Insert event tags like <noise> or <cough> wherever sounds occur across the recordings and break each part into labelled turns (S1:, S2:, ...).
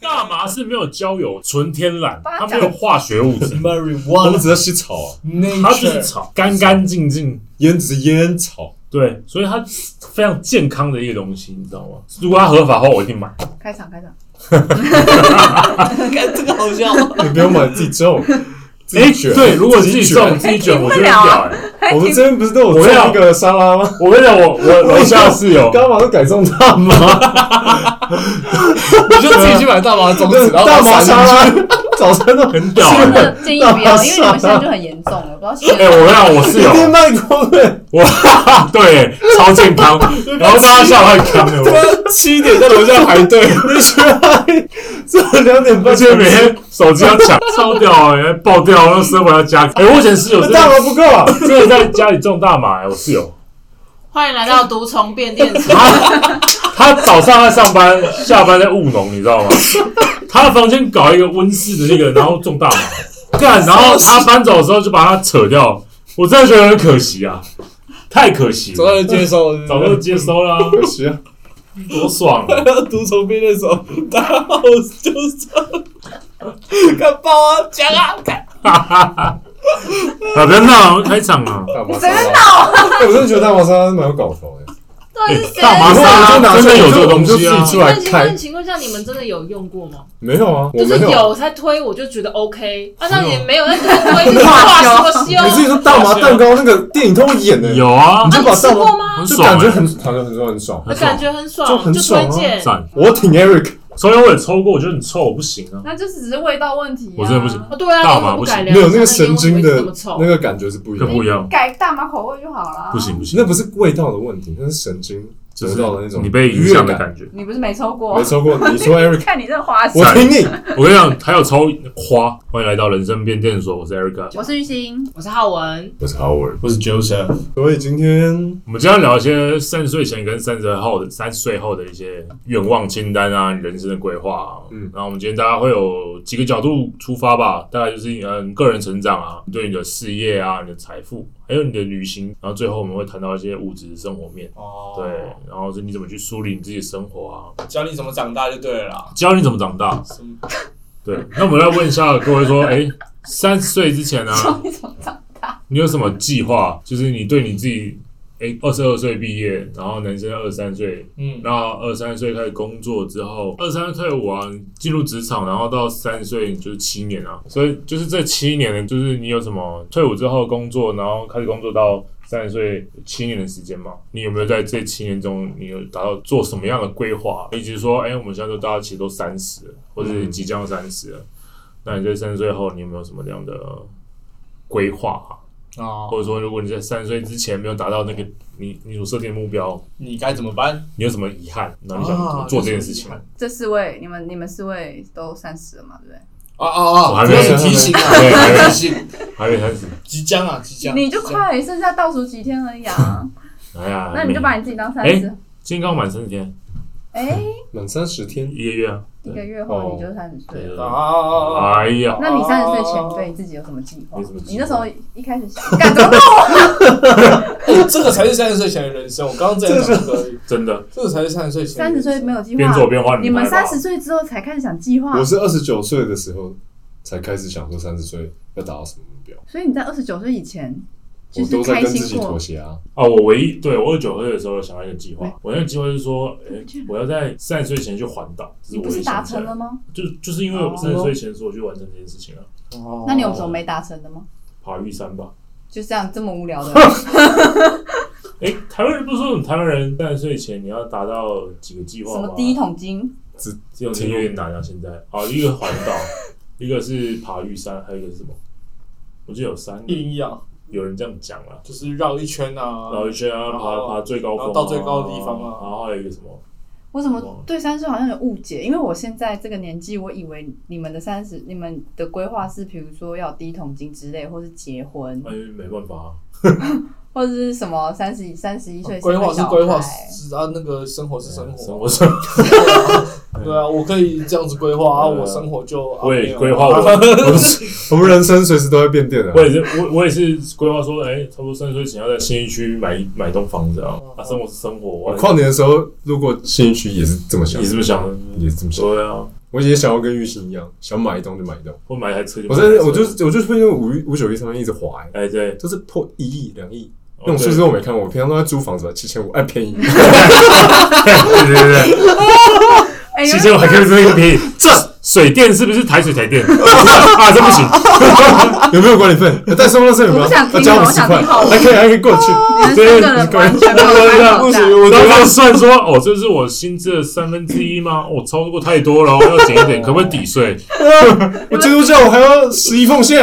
S1: 大麻是没有焦油，纯天然，
S2: 把
S1: 它
S2: 它
S1: 没有化学物
S3: <laughs>
S1: 质，
S4: marijuana，
S3: 我们只要吸草啊，
S1: 它就是草，干干净净。
S3: 烟只是烟草。
S1: 对，所以它非常健康的一个东西，你知道吗？如果它合法化，我一定买。
S2: 开
S1: <laughs>
S2: 场开场，
S1: 哦
S4: 看这个好 <laughs> 笑。
S3: 你不用买，自己 <laughs> 种，自
S1: 哎
S3: 己，卷。
S1: 对，如果自己种、
S3: 卷
S1: 自己卷，
S2: 哎
S1: 我觉得很
S2: 停不了
S1: 屌
S2: 啊
S1: 哎、
S3: 我们这边不是都有种
S1: 我要
S3: 那个沙拉吗？
S1: 我跟你讲，我我楼下室友，
S3: <laughs> 干嘛都改种大 <laughs> 麻？
S4: 你就自己去买大麻的
S3: <laughs>
S4: 种子，然后
S3: 大
S4: 把
S3: 麻
S4: 它
S3: 沙
S4: 撒进去。
S3: 拉，早餐都很
S1: 屌哎、
S2: 真的建议不要，因为你们现在就很严重了，我不知道现
S1: 哎、我跟你
S2: 在
S1: 讲，我室
S3: 一
S1: 友，
S3: 定卖光了。
S1: 我 <laughs> 对超健康，然后大家下班看的，我
S4: 七点在楼下排队，
S3: 这两点半
S1: 而且
S3: 就
S1: 每天手机要抢，超屌哎、爆掉，然后生活要加。哎、我以前室友真
S3: 大
S1: 的
S3: 麻不够啊，
S1: <laughs> 真的在家里种大麻、哎，我室友。
S5: 欢迎来到毒虫变电池。
S1: 他早上在上班，下班在务农，你知道吗？他的房间搞一个温室的那个，然后种大麻，干，然后他搬走的时候就把它扯掉，我真的觉得很可惜啊，太可惜
S4: 早
S1: 了，
S4: 上就接收，
S1: 早就接收啦、
S3: 可惜啊。
S1: 多爽啊！
S4: 要 <laughs> 毒虫变的时候，大家好，我是周周，看爆啊，讲啊，看
S1: 啊，不要闹，我们开场啊！
S3: 大麻
S2: 谁
S3: 沙
S2: 在
S3: 拉，哎我真的觉得大麻沙拉是蛮有搞头的。
S5: 到底
S2: 啊
S5: 是
S1: 哎
S5: 谁？
S1: 大麻沙拉真的有这个东西啊！
S3: 出
S5: 请
S3: 来
S5: 问请
S3: 开
S5: 问请问一下，你们真的有用过吗？
S3: 没有啊，我
S5: 就
S3: 没
S5: 是
S3: 有。
S5: 有才推，我就觉得 OK。啊，那你没有，那
S3: <laughs>
S5: 你推就是化什么修？
S3: 你自己说大麻蛋糕那个电影都有演的，
S1: 有啊
S3: 你，就
S5: 啊，
S3: 把
S5: 你吃
S3: 大
S5: 过
S3: 麻，
S5: 吗
S1: 很？
S3: 就
S1: 爽、
S3: 感
S1: 欸，
S3: 觉很好像很爽很爽。
S1: 很爽
S5: 感觉很爽，
S3: 就很爽啊
S5: 推荐。
S1: 赞。
S3: 我挺 Eric，
S1: 抽烟我也抽过，我觉得很臭，我不行啊。
S2: 那就是只是味道问题、啊。
S1: 我真的不行
S5: 哦对啊，
S1: 大
S5: 你
S1: 麻
S5: 怎么
S1: 不
S5: 不
S1: 行
S5: 改良？
S3: 没有那个神经
S5: 那个烟
S3: 的
S5: 味为什么这么臭
S3: 那个感觉是不一
S1: 跟
S3: 样
S1: 不
S3: 的。
S1: 一样，
S2: 改大麻口味就好了。
S1: 不，行不行，
S3: 那不是味道的问题，那是神经
S1: 就
S3: 得
S1: 是
S3: 到的那种
S1: 你被影响的
S3: 愉悦
S1: 感觉。
S2: 你不是没抽过
S3: 没？抽过，你说
S1: <laughs>
S3: Eric，
S2: 看你这花心
S3: 我。听你。
S1: 我跟你讲，还有抽花。欢迎来到人生变电所，我是 Erica，
S2: 我是玉兴，
S5: 我是浩文，
S3: 我是 Howard，
S4: 我是 Joseph，
S3: 所以今天
S1: 我们今天聊一些三十岁前跟三十后的三十岁后的一些愿望清单啊，人生的规划、啊。嗯
S3: 嗯，
S1: 然后我们今天大家会有几个角度出发吧，大概就是你嗯个人成长啊，你对你的事业啊、你的财富，还有你的旅行，然后最后我们会谈到一些物质生活面。
S4: 哦，
S1: 对，然后是你怎么去梳理你自己的生活啊，
S4: 教你怎么长大就对了啦。
S1: 教你怎么长大。
S4: 什么
S1: 对，那我们来问一下各位说，哎，三十岁之前呢、啊
S3: <laughs>
S2: 教你怎么长大？
S1: 你有什么计划？就是你对你自己，哎，二十二岁毕业，然后男生二三岁，
S4: 嗯，
S1: 那二三岁开始工作之后，二三退伍啊，你进入职场，然后到三十岁就是七年啊，所以就是这七年呢，就是你有什么退伍之后工作，然后开始工作到三十岁七年的时间嘛，你有没有在这七年中，你有达到做什么样的规划？以及说，哎、我们现在都大家其实都三十了，或者是即将三十了，那你在三十岁后，你有没有什么样的规划啊、
S4: 哦，
S1: 或者说，如果你在三十岁之前没有达到那个你你所设定的目标，
S4: 你该怎么办？
S1: 你有什么遗憾？然后你
S4: 啊
S1: 想做这件事情？
S4: 有什么
S2: <laughs> 这四位，你们你们四位都三十了嘛，对不对？
S4: 哦哦
S1: 我
S4: 哦，
S1: 还
S4: 这
S1: 没
S4: 个是提醒啊，
S1: 对还没
S4: 提醒，
S1: 还没开始，
S4: 即将啊，即将，
S2: 你就
S4: 即将，
S2: 快，剩下倒数几天而已啊。
S1: 哎呀，
S2: <laughs> 那你就把你自己当三十。
S1: 今天刚满三十天，
S2: 哎，
S3: 满三十天，
S1: 一个月啊，
S2: 一个月后你就三十岁了。
S1: 对
S4: 啊，
S1: 哎呀，
S2: 那你三十岁前对你自己有什么计划
S1: 哦没什么计？划
S2: 你那时候一开始想，
S1: <laughs>
S2: 干怎么办？
S4: 哦 <laughs> 这个才是三十岁前的人生。我刚刚这样讲可以，
S1: 真的
S4: 这个才是三十岁前。
S2: 三十岁没有计
S1: 边走
S2: 划，
S1: 边换。
S2: 你们三十，岁之后才开始想计划
S3: 我，是二十九岁的时候才开始想说三十岁要达到什么目标，
S2: 所以你在二十九岁以前就
S3: 我
S2: 是
S3: 都在
S2: 开
S3: 跟自己
S2: 心
S3: 妥
S2: 过。
S3: 协啊。
S1: 啊，我唯一对我二十九岁的时候有想到一个计
S2: 嗯
S1: 划，我那个计划是说，哎，我要在三十岁前去环岛。这
S2: 你
S1: 我
S2: 不是达成了吗？
S1: 就就是因为我三十岁前说我去完成这件事情啊，
S4: 哦，
S2: 那你有什么没达成的吗？
S1: 爬玉山吧。
S2: 就这样这么无聊
S3: <laughs>
S2: 的，
S1: 哎，台湾人不是说台湾人三十岁前你要达到几个计划
S2: 什
S1: 吗？
S2: 么第一桶金，
S1: 这种题有点难啊，现在啊，一个环岛，一个是爬玉山，还有一个是什么？我记得有三个，
S4: 硬要
S1: 有人这样讲啦。
S4: 就是绕一圈啊，
S1: 然后一圈啊，
S4: 然
S1: 爬
S4: 后
S1: 爬最高峰啊、
S4: 然后到最高的地方啊
S1: 然后还有一个什么？
S2: 我怎么对三十岁好像有误解？因为我现在这个年纪，我以为你们的三十，你们的规划是，比如说要有第一桶金之类，或是结婚，
S1: 哎，没办法、啊，
S2: 或者是什么三十三十一岁
S4: 规划是
S2: 生个
S4: 规划，
S2: 小孩
S4: 是啊，那个生活是生
S1: 哎嗯生
S4: 活。
S1: 活上，
S4: 对啊，我可以这样子规划啊，
S1: 对啊
S4: 我生活就啊
S1: 我也
S4: 没有
S1: 规划
S4: 啊
S1: 我，我
S3: 我们人生随时都会变电的啊
S1: 我，也是我我也是规划说，哎，差不多三十岁前要在新一区买买栋房子啊。啊，生活是生活，
S3: 我
S1: 我
S3: 跨年的时候路过新一区也是这么想
S1: 你，是不是想？
S3: 也是这么想。
S1: 对啊，
S3: 我也想要跟玉鑫一样，想买一栋就买一栋。
S1: 或买一台车就
S3: 我
S1: 买一
S3: 在
S1: 台车。
S3: 我就是我就是被那个五五九一上面一直滑、欸，
S1: 哎、对，
S3: 就是破一亿两亿。
S1: 哦
S3: 那种数字我没看过，我平常都在租房子，七千五，哎，便宜，
S1: 对对对
S3: 啊
S1: 对，
S2: 哎
S1: <laughs> 其
S2: 有
S1: 实我还可以这个便宜。这水电是不是台水台电？ <laughs> 啊，这不行。
S3: 有没有管理费？带收垃圾有没有？
S2: 我不想听
S3: 要加
S2: 了
S3: 五
S2: 我
S3: 十
S2: 想
S3: 块，
S2: 听好
S3: <laughs> 还可以还可以过去。
S2: 你们三个人完全没有
S3: <laughs>
S2: 参考
S3: 不行
S2: 价。，
S1: 然
S3: 我觉
S1: 后
S2: <laughs>
S3: 得
S1: 他算说，哦，这是我薪资的三分之一吗？我、超过太多了，我要减一
S2: <laughs>
S1: 点，可不可以抵税？
S3: 我基督教我还要十一
S2: <laughs>
S3: 奉献，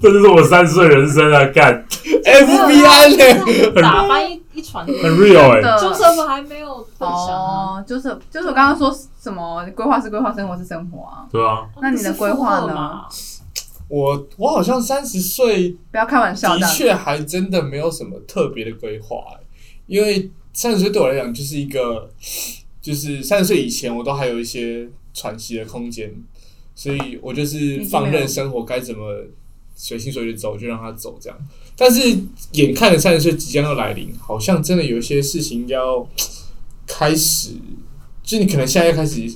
S1: 这就是我三十岁人生啊，干
S4: ，FBI 嘞，
S2: <laughs>
S5: 打翻一一船人。
S1: 很 real 哎、
S2: 真的
S5: 朱瑟夫还没有分享啊，
S2: 哦，就是就是我刚刚说什么规划是规划，生活是生活啊，
S1: 对啊，
S2: 那你的规划呢
S5: 不是负荷嘛？
S4: <laughs> 我我好像三十岁，
S2: 不要开玩笑
S4: 的
S2: 的。
S4: 确还真的没有什么特别的规划、因为三十岁对我来讲就是一个，就是三十岁以前我都还有一些喘息的空间，所以我就是放任生活该怎么随心所欲的走，就让它走这样。但是眼看着三十岁即将要来临，好像真的有一些事情要开始，就是你可能现在要开始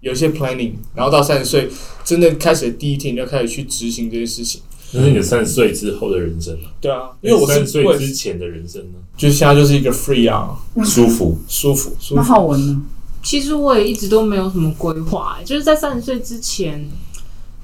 S4: 有一些 planning，然后到三十岁真的开始的第一天你就开始去执行这些事情。
S1: 那是你的三十岁之后的人生啊，
S4: 对啊，因为我
S1: 三十
S4: 是
S1: 岁
S4: 我也
S1: 之
S4: 是
S1: 前的人生呢、
S4: 就是现在就是一个 free 啊，
S3: 舒服。
S4: 舒服舒
S2: 那
S4: 服。
S2: 浩文呢？
S5: 其实我也一直都没有什么规划、就是在三十岁之前，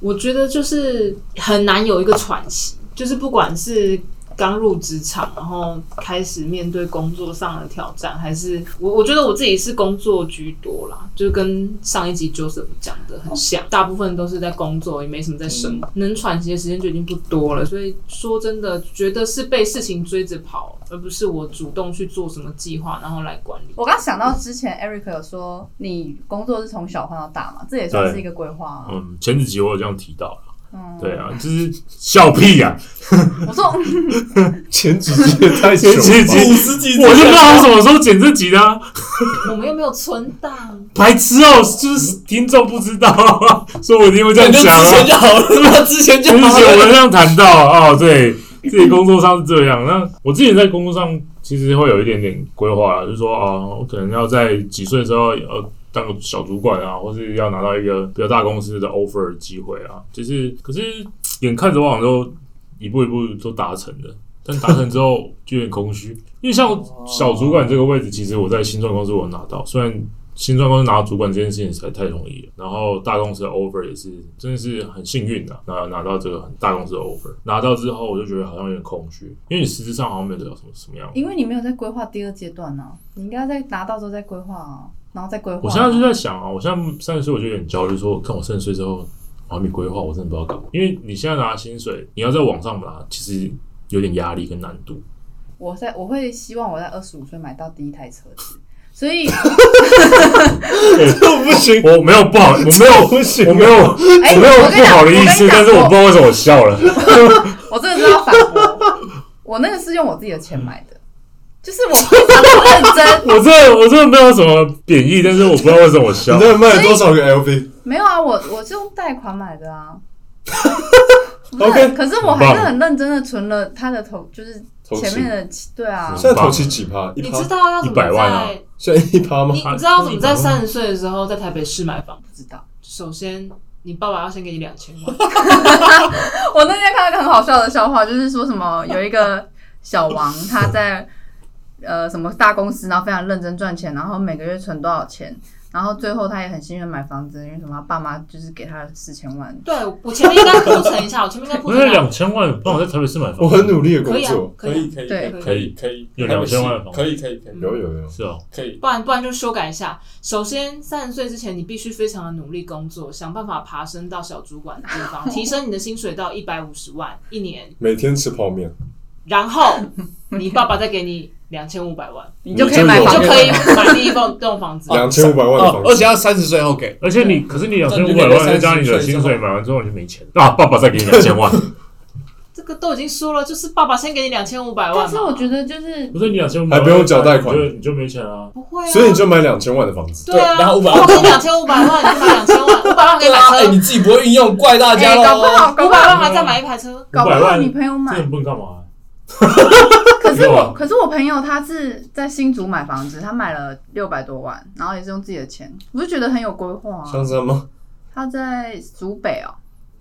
S5: 我觉得就是很难有一个喘息，就是不管是刚入职场，然后开始面对工作上的挑战，还是我我觉得我自己是工作居多啦，就是跟上一集 Joseph 讲的很像，大部分都是在工作，也没什么在生活，能喘息的时间就已经不多了。所以说真的，觉得是被事情追着跑，而不是我主动去做什么计划，然后来管理。
S2: 我刚想到之前 Eric 有说你工作是从小换到大嘛，这也算是一个规划啊。
S1: 嗯，前几集我有这样提到了，
S2: 嗯，
S1: 对啊，就是笑屁啊呀、
S2: 我说嗯
S3: 前几集也太久
S1: 前几
S3: 了吧，
S1: 集
S4: 五十几集
S1: 我就不知道我什么时候剪这集的、啊，
S5: 我们又没有存档。
S1: 白痴哦、就是听众不知道、啊，所以我一定会这
S4: 哎那
S1: 样
S4: 你就
S1: 讲
S4: <laughs> 之前
S1: 啊。
S4: 就好了，之前
S1: 之
S4: 就
S1: 前
S4: 好
S1: 我
S4: 了。
S1: 们这样谈到哦，对，自己工作上是这样。那我之前在工作上其实会有一点点规划啦，就是说啊、我可能要在几岁的时候呃当个小主管啊，或是要拿到一个比较大公司的 offer 机会啊。就是可是眼看着往都一步一步都达成了，但达成之后就有点空虚，因为像小主管这个位置，其实我在新创公司我有拿到，虽然新创公司拿到主管这件事情实在太容易了，然后大公司的 offer 也是真的是很幸运的、拿拿到这个很大公司的 offer，拿到之后我就觉得好像有点空虚，因为你实质上好像没有得到什么什么样。
S2: 因为你没有在规划第二阶段呢、啊，你应该在拿到之后再规划啊，然后再规划啊。
S1: 我现在就在想啊，我现在三十岁我就有点焦虑，说看我三十岁之后我还没规划，我真的不知道干嘛。因为你现在拿薪水，你要再往上拿，其实有点压力跟难度。
S2: 我在我会希望我在二十五岁买到第一台车子，
S1: <laughs>
S2: 所以
S3: 这不行，
S1: 我没有不好，我没有。
S3: 不行，
S1: <laughs> 我没有，
S2: 哎、
S1: 我没有
S2: 我跟你
S1: 不
S2: 讲
S1: 好的意思，
S2: 我跟你讲
S1: 但是我不知道为什么我笑了。 <laughs>
S2: 我真的知道反驳。我那个是用我自己的钱买的，就是我非常的认真。
S1: 我这我这没有什么贬义，但是我不知道为什么我笑
S3: 你。那卖了多少个 LV？
S2: 没有啊，我我是用贷款买的啊。不是啊
S3: OK
S2: 可是我还是很认真的存了他的头，就是前面的对啊，
S1: 是
S3: 现在头期几趴？一
S5: 你
S3: 趴
S5: 知？道要怎么
S1: 100万啊
S5: 在
S3: 现在一趴吗
S5: 你？你知道怎么在三十岁的时候在台北市买房？
S2: 不知道。
S5: 首先，你爸爸要先给你两千万， <laughs>
S2: 我那天看到一个很好笑的笑话，就是说什么有一个小王他在呃什么大公司，然后非常认真赚钱，然后每个月存多少钱，然后最后他也很幸运买房子，因为什么他爸妈就是给他四千万。
S5: 对我前面应该铺陈一下，我前面应该铺
S1: 我
S5: 陈
S1: 那
S5: 一下
S1: 两千万，帮我在台北市买房，
S3: 我很努力的工
S5: 可以啊
S3: 作，，
S5: 可以啊，
S4: 可以
S2: 对
S1: 可以
S4: 可以
S1: 有2000万的房子
S4: 可以可以可以
S3: 有有有，
S1: 是哦，
S4: 可以，
S5: 不然不然就修改一下。首先，三十岁之前你必须非常的努力工作，想办法爬升到小主管的地方，提升你的薪水到一百五十万一年，
S3: 每天吃泡面，
S5: 然后你爸爸再给你两千五百万，
S2: 你就可以买
S5: 你
S2: 房
S5: 就
S2: 子
S5: 可以买第一栋栋房子。
S3: 两千五百万的
S4: 哦
S3: 房，
S4: 而
S3: 子，
S4: 且要三十岁后给，
S1: 而且你可是你两千五百万再加你的薪水，买完之后你就没钱了啊！爸爸再给你两千万，
S5: 这个都已经说了，就是爸爸先给你两千五百万嘛。
S2: 但是我觉得就是
S1: <laughs> 不是你两千五
S3: 还不用缴贷款
S1: 你就你就没钱啊。
S5: 不会啊，
S3: 所以你就买两千万的房子。
S5: 对啊，
S4: 对然后500
S5: 我给你两千五百万，你就买两千万，五百万给你买
S4: 啊，哎，
S5: 车，
S4: 你自己不会运用，怪大
S2: 哎、
S4: 家
S2: 搞不
S4: 喽。
S2: 好搞
S5: 五
S2: 不
S5: 百
S2: 好
S5: 万还再买一台车，
S2: 搞不
S1: 500
S2: 好
S1: 万
S2: 你朋友
S1: 这
S2: 买
S1: 很不能干嘛？啊
S2: 可
S1: 没
S2: 是
S1: 有
S2: 我，
S1: 啊
S2: 可是我朋友他是在新竹买房子，他买了六百多万，然后也是用自己的钱，我就觉得很有规划啊。
S3: 香山吗？
S2: 他在竹北哦，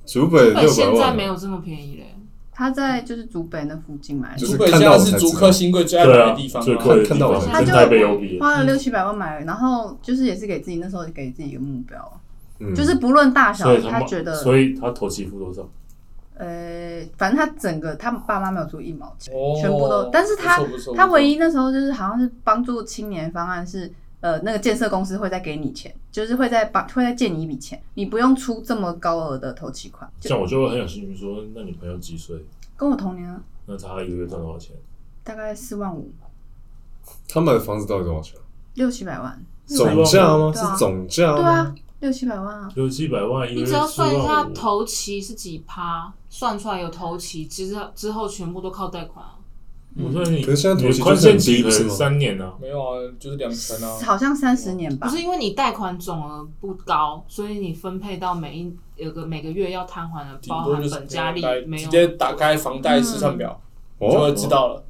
S3: 竹北
S5: 但
S3: 六百
S5: 现在没
S3: 万，
S5: 有这么便宜嘞。
S2: 他在就是竹北那附近买的，
S3: 就是
S4: 竹北
S3: 看
S4: 现
S3: 到
S4: 在
S3: 我
S4: 是
S3: 才
S4: 竹
S3: 知
S4: 科
S3: 道
S4: 新贵最爱
S1: 对
S4: 买
S1: 啊
S4: 的地，方
S1: 最
S4: 啊
S1: 贵的地
S3: 看到我
S1: 方
S3: 才
S1: 跟
S2: 知道
S1: 台北嗯有比，
S2: 花了六七百万买，然后就是也是给自己那时候给自己一个目标，啊
S3: 嗯
S2: 就是不论大小
S1: 所以，
S2: 他
S1: 他
S2: 觉得，
S1: 所以他投期付多少？
S2: 呃，反正他整个他爸妈没有出一毛钱，
S4: 哦
S2: 全部都但是他
S4: 不错不错
S2: 他唯
S4: 不
S2: 一那时候就是好像是帮助青年方案是，呃，那个建设公司会再给你钱，就是会再帮会再借你一笔钱，你不用出这么高额的头期款，就
S1: 像我就会很有兴趣说，那你朋友几岁？
S2: 跟我同年啊，
S1: 那他一个月赚多少钱？
S2: 大概四万五
S3: 他买的房子到底多少钱？
S2: 六七百万，
S3: 总价吗？
S2: 对啊
S3: 是总价
S2: 对
S3: 吗
S2: 啊？，六七百万啊，
S1: 六七百万一个
S5: 你
S1: 月，
S5: 只要
S1: 四万
S5: 算一下
S1: 五，
S5: 头期是几趴，算出来有头期，其实之后全部都靠贷款啊。
S1: 我说你，
S3: 可是现在
S1: 你
S3: 投期
S1: 宽
S3: 就是
S1: 限
S3: 很
S1: 期
S3: 低，
S1: 可
S3: 不是
S1: 能
S3: 吗？
S1: 三年啊，
S4: 错没有啊，就是两层啊。
S2: 好像三十年
S4: 哦
S2: 吧
S5: 不，是因为你贷款总额不高，所以你分配到每一有个每个月要摊还的，
S4: 顶
S5: 包
S4: 多就
S5: 含
S4: 是
S5: 本加利
S4: 来
S5: 没
S4: 直
S5: 有。
S4: 接打开房贷试算表，
S3: 哦
S4: 你就会知道了。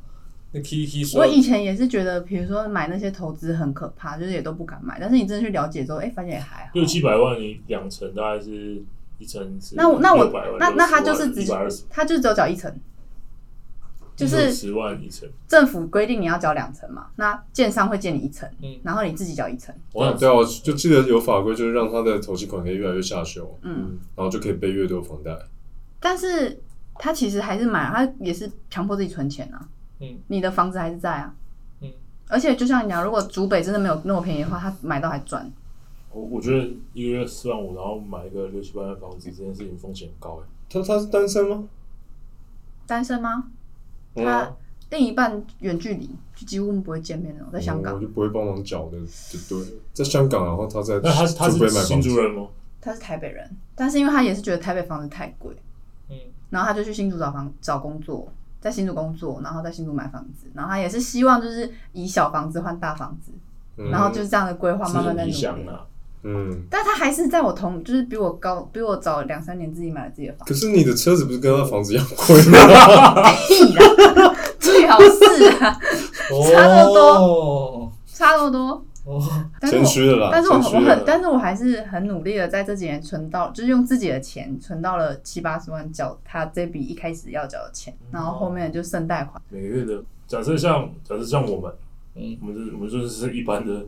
S4: 那 K K
S2: 嗯
S4: 说
S2: 我，以前也是觉得，比如说买那些投资很可怕，就是也都不敢买，但是你真的去了解之后，哎、发现也还好。
S1: 六七百万你两层大概是一层是
S2: 那我那我
S1: 600万
S2: 那那他就是直
S1: 一
S2: 接
S1: 百二十，，
S2: 他就只有缴一层，就是
S1: 十万一层。
S2: 政府规定你要缴两层嘛，那建商会借你一层，
S4: 嗯
S2: 然后你自己缴一层，
S1: 我想
S3: 对啊，我就记得有法规，就是让他的投期款可以越来越下修，
S2: 嗯，
S3: 然后就可以背越多房贷。
S2: 但是他其实还是买，他也是强迫自己存钱啊，
S4: 嗯，
S2: 你的房子还是在啊，
S4: 嗯，
S2: 而且就像你讲，如果竹北真的没有那么便宜的话，他买到还赚，
S1: 我我觉得一个月四万五，然后买一个六七百万的房子，这件事情风险很高哎、
S3: 他他是单身吗？
S2: 单身吗？
S3: 嗯
S2: 他另一半远距离，就几乎不会见面那
S4: 嗯
S2: 种，在香
S3: 我
S2: 港，
S3: 哦就不会帮忙缴的，就对。在香港，然后他在
S1: 那他他
S3: 准备
S1: 是
S3: 买
S1: 新
S3: 房
S1: 竹
S3: 子，
S1: 人吗？
S2: 他是台北人，但是因为他也是觉得台北房子太贵，
S4: 嗯，
S2: 然后他就去新竹找房找工作，在新竹工作，然后在新竹买房子，然后他也是希望就是以小房子换大房子，
S3: 嗯
S2: 然后就是这样的规划慢慢
S1: 是理
S2: 在努力。
S1: 想啊，
S3: 嗯。
S2: 但他还是在我同，就是比我高，比我早两三年自己买了自己的房
S3: 可是你的车子不是跟他房子一样贵吗？
S2: 子， <laughs> 最好是啊， <laughs> 差那么
S4: 多
S2: 差那么多。
S4: 哦，
S2: <laughs> 但是
S3: 谦
S1: 啊
S2: 我
S3: 虚了啦，
S2: 但是我
S3: 谦虚
S2: 我
S3: 了
S2: 很，
S3: 啦。
S2: 但是我还是很努力的，在这几年存到，就是用自己的钱存到了七八十万，缴他这笔一开始要缴的钱，
S1: 哦
S2: 然后后面就剩贷款。
S1: 每个月的。假设像假设像我们，
S4: 嗯
S1: 我们就是我们就是一般的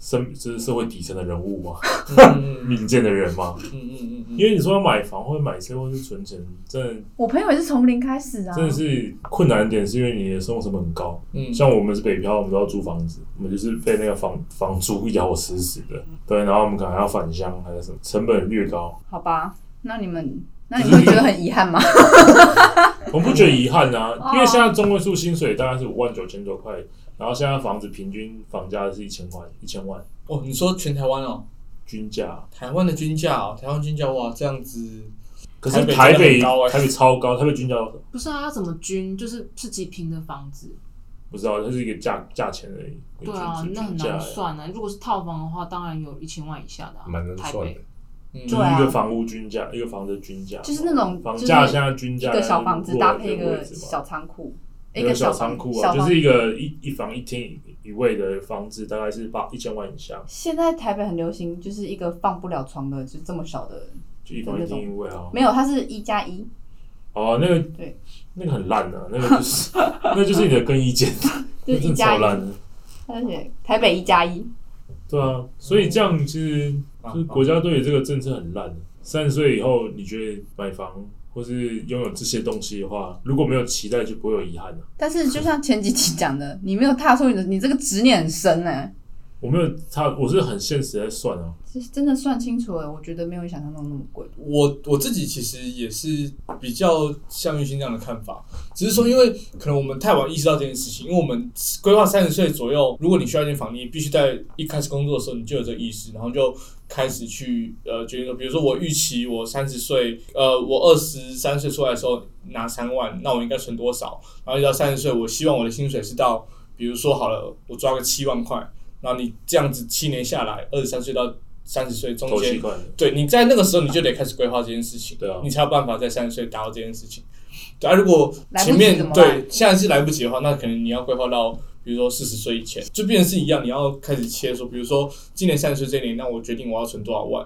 S1: 生就是社会底层的人物嘛，
S4: <laughs> 嗯嗯
S1: 民间的人嘛。
S4: 嗯嗯嗯，
S1: 因为你说要买房或者买车或是存钱，真
S2: 我朋友也是从零开始
S5: 嗯
S1: 的
S2: 啊，
S1: 真的是困难点，是因为你的生活成本很高。
S4: 嗯
S1: 像我们是北漂，我们都要租房子，我们就是被那个房房租咬死死的。
S5: 嗯
S1: 对，然后我们可能还要返乡，还有什么成本越高，
S2: 好吧？那你们那你们会觉得很
S1: <laughs>
S2: 遗憾吗？
S1: 我们不觉得遗憾啊
S2: 哦，
S5: 嗯
S1: 因为现在中位数薪水大概是五万九千多块，然后现在房子平均房价是一千万，一千万
S4: 哦，你说全台湾哦，
S1: 均价。
S4: 台湾的均价哦，台湾均价哇，这样子
S1: 可是
S4: 台
S1: 台
S4: 北
S1: 北
S4: 真的很高欸
S1: 台北超高，台北均价
S5: 不是啊，要怎么均？就是是几平的房子？
S1: 不知道，它是一个价价钱而已。
S5: 对啊，
S1: 均
S5: 那很
S1: 均价
S5: 难
S1: 而已
S5: 算啊。如果是套房的话，当然有一千万以下的、啊，
S3: 蛮能
S5: 台
S3: 算的
S5: 北。，
S4: 嗯
S1: 就是
S2: 对啊
S1: 一个房屋均价，一个房子均价，
S2: 就是那种
S1: 房
S2: 就是
S1: 价现在均价
S2: 一个小房子
S1: 落
S2: 搭
S1: 在
S2: 配一
S1: 这位
S2: 个
S1: 置嘛
S2: 小仓库，一
S1: 一
S2: 个
S1: 个小
S2: 房
S1: 仓库
S2: 小
S1: 啊，
S2: 房
S1: 就是一个一一房一厅一卫的房子，大概是八一千万以下，
S2: 现在台北很流行，就是一个放不了床的，就这么小的，
S1: 就一房一厅一卫啊。
S2: 没有，它是一加一，
S1: 哦，那个
S2: 对，
S1: 那个很烂的，那个就是
S2: <laughs>
S1: 那就是你的更衣间，
S2: 就是一
S1: 真的
S2: 加
S1: 超
S2: 一，
S1: 烂的。
S2: 它就写台北一加一，
S1: 对啊，所以这样其实
S4: 啊
S1: 就是国家对于这个政策很烂。啊三十岁以后，你觉得买房或是拥有这些东西的话，如果没有期待，就不会有遗憾了。啊
S2: 但是就像前几期讲的，你没有踏出你的，你这个执念很深呢、欸
S1: 我没有他，我是很现实在算啊。
S2: 这真的算清楚了，我觉得没有你想象中那么贵。
S4: 我我自己其实也是比较像玉兴这样的看法，只是说因为可能我们太晚意识到这件事情，因为我们规划三十岁左右，如果你需要一间房，你必须在一开始工作的时候你就有这个意识，然后就开始去呃决定说，比如说我预期我三十岁，呃，我二十三岁出来的时候拿三万，那我应该存多少？然后一直到三十岁，我希望我的薪水是到，比如说好了，我抓个七万块，然后你这样子七年下来，二十三岁到三十岁中
S1: 投
S4: 间
S1: 七。块的，
S4: 对，你在那个时候你就得开始规划这件事情，
S1: 对啊
S4: 你才有办法在三十岁达到这件事情。对啊，如果
S2: 来不及
S4: 前面
S2: 怎么办
S4: 对现在是来不及的话，那可能你要规划到。比如说四十岁以前，就变成是一样，你要开始切说，比如说今年三十岁这一年，那我决定我要存多少万，